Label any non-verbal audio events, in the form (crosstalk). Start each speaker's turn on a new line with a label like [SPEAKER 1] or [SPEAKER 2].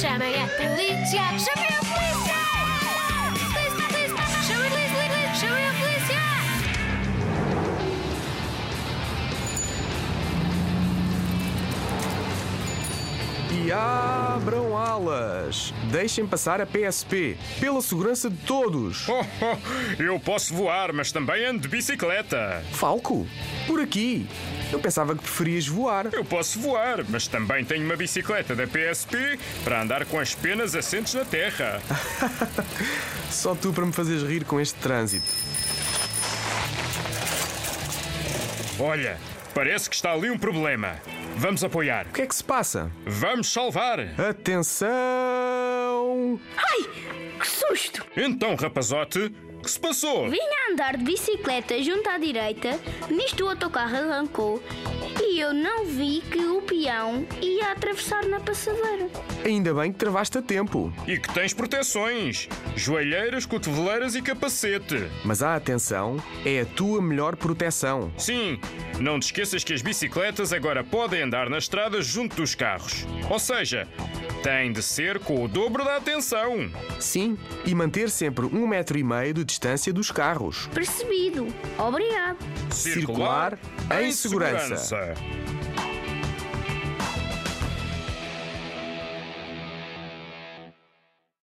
[SPEAKER 1] Chama é polícia! Chama é polícia! Polícia, polícia! Chama a polícia, polícia! Chama a polícia!
[SPEAKER 2] E abram alas. Deixem passar a PSP. Pela segurança de todos.
[SPEAKER 3] Oh, oh, (laughs) eu posso voar, mas também ando de bicicleta.
[SPEAKER 2] Falco, por aqui. Eu pensava que preferias voar.
[SPEAKER 3] Eu posso voar, mas também tenho uma bicicleta da PSP para andar com as penas assentes na terra.
[SPEAKER 2] Só tu para me fazeres rir com este trânsito.
[SPEAKER 3] Olha, parece que está ali um problema. Vamos apoiar.
[SPEAKER 2] O que é que se passa?
[SPEAKER 3] Vamos salvar.
[SPEAKER 2] Atenção!
[SPEAKER 4] Ai, que susto!
[SPEAKER 3] Então, rapazote, que se passou?
[SPEAKER 4] Vinha a andar de bicicleta junto à direita, nisto o autocarro arrancou e eu não vi que o peão ia atravessar na passadeira.
[SPEAKER 2] Ainda bem que travaste a tempo.
[SPEAKER 3] E que tens proteções: joelheiras, cotoveleiras e capacete.
[SPEAKER 2] Mas a atenção é a tua melhor proteção.
[SPEAKER 3] Sim, não te esqueças que as bicicletas agora podem andar na estrada junto dos carros. Ou seja, tem de ser com o dobro da atenção.
[SPEAKER 2] Sim, e manter sempre um metro e meio de distância dos carros.
[SPEAKER 4] Percebido. Obrigado.
[SPEAKER 2] Circular, em segurança.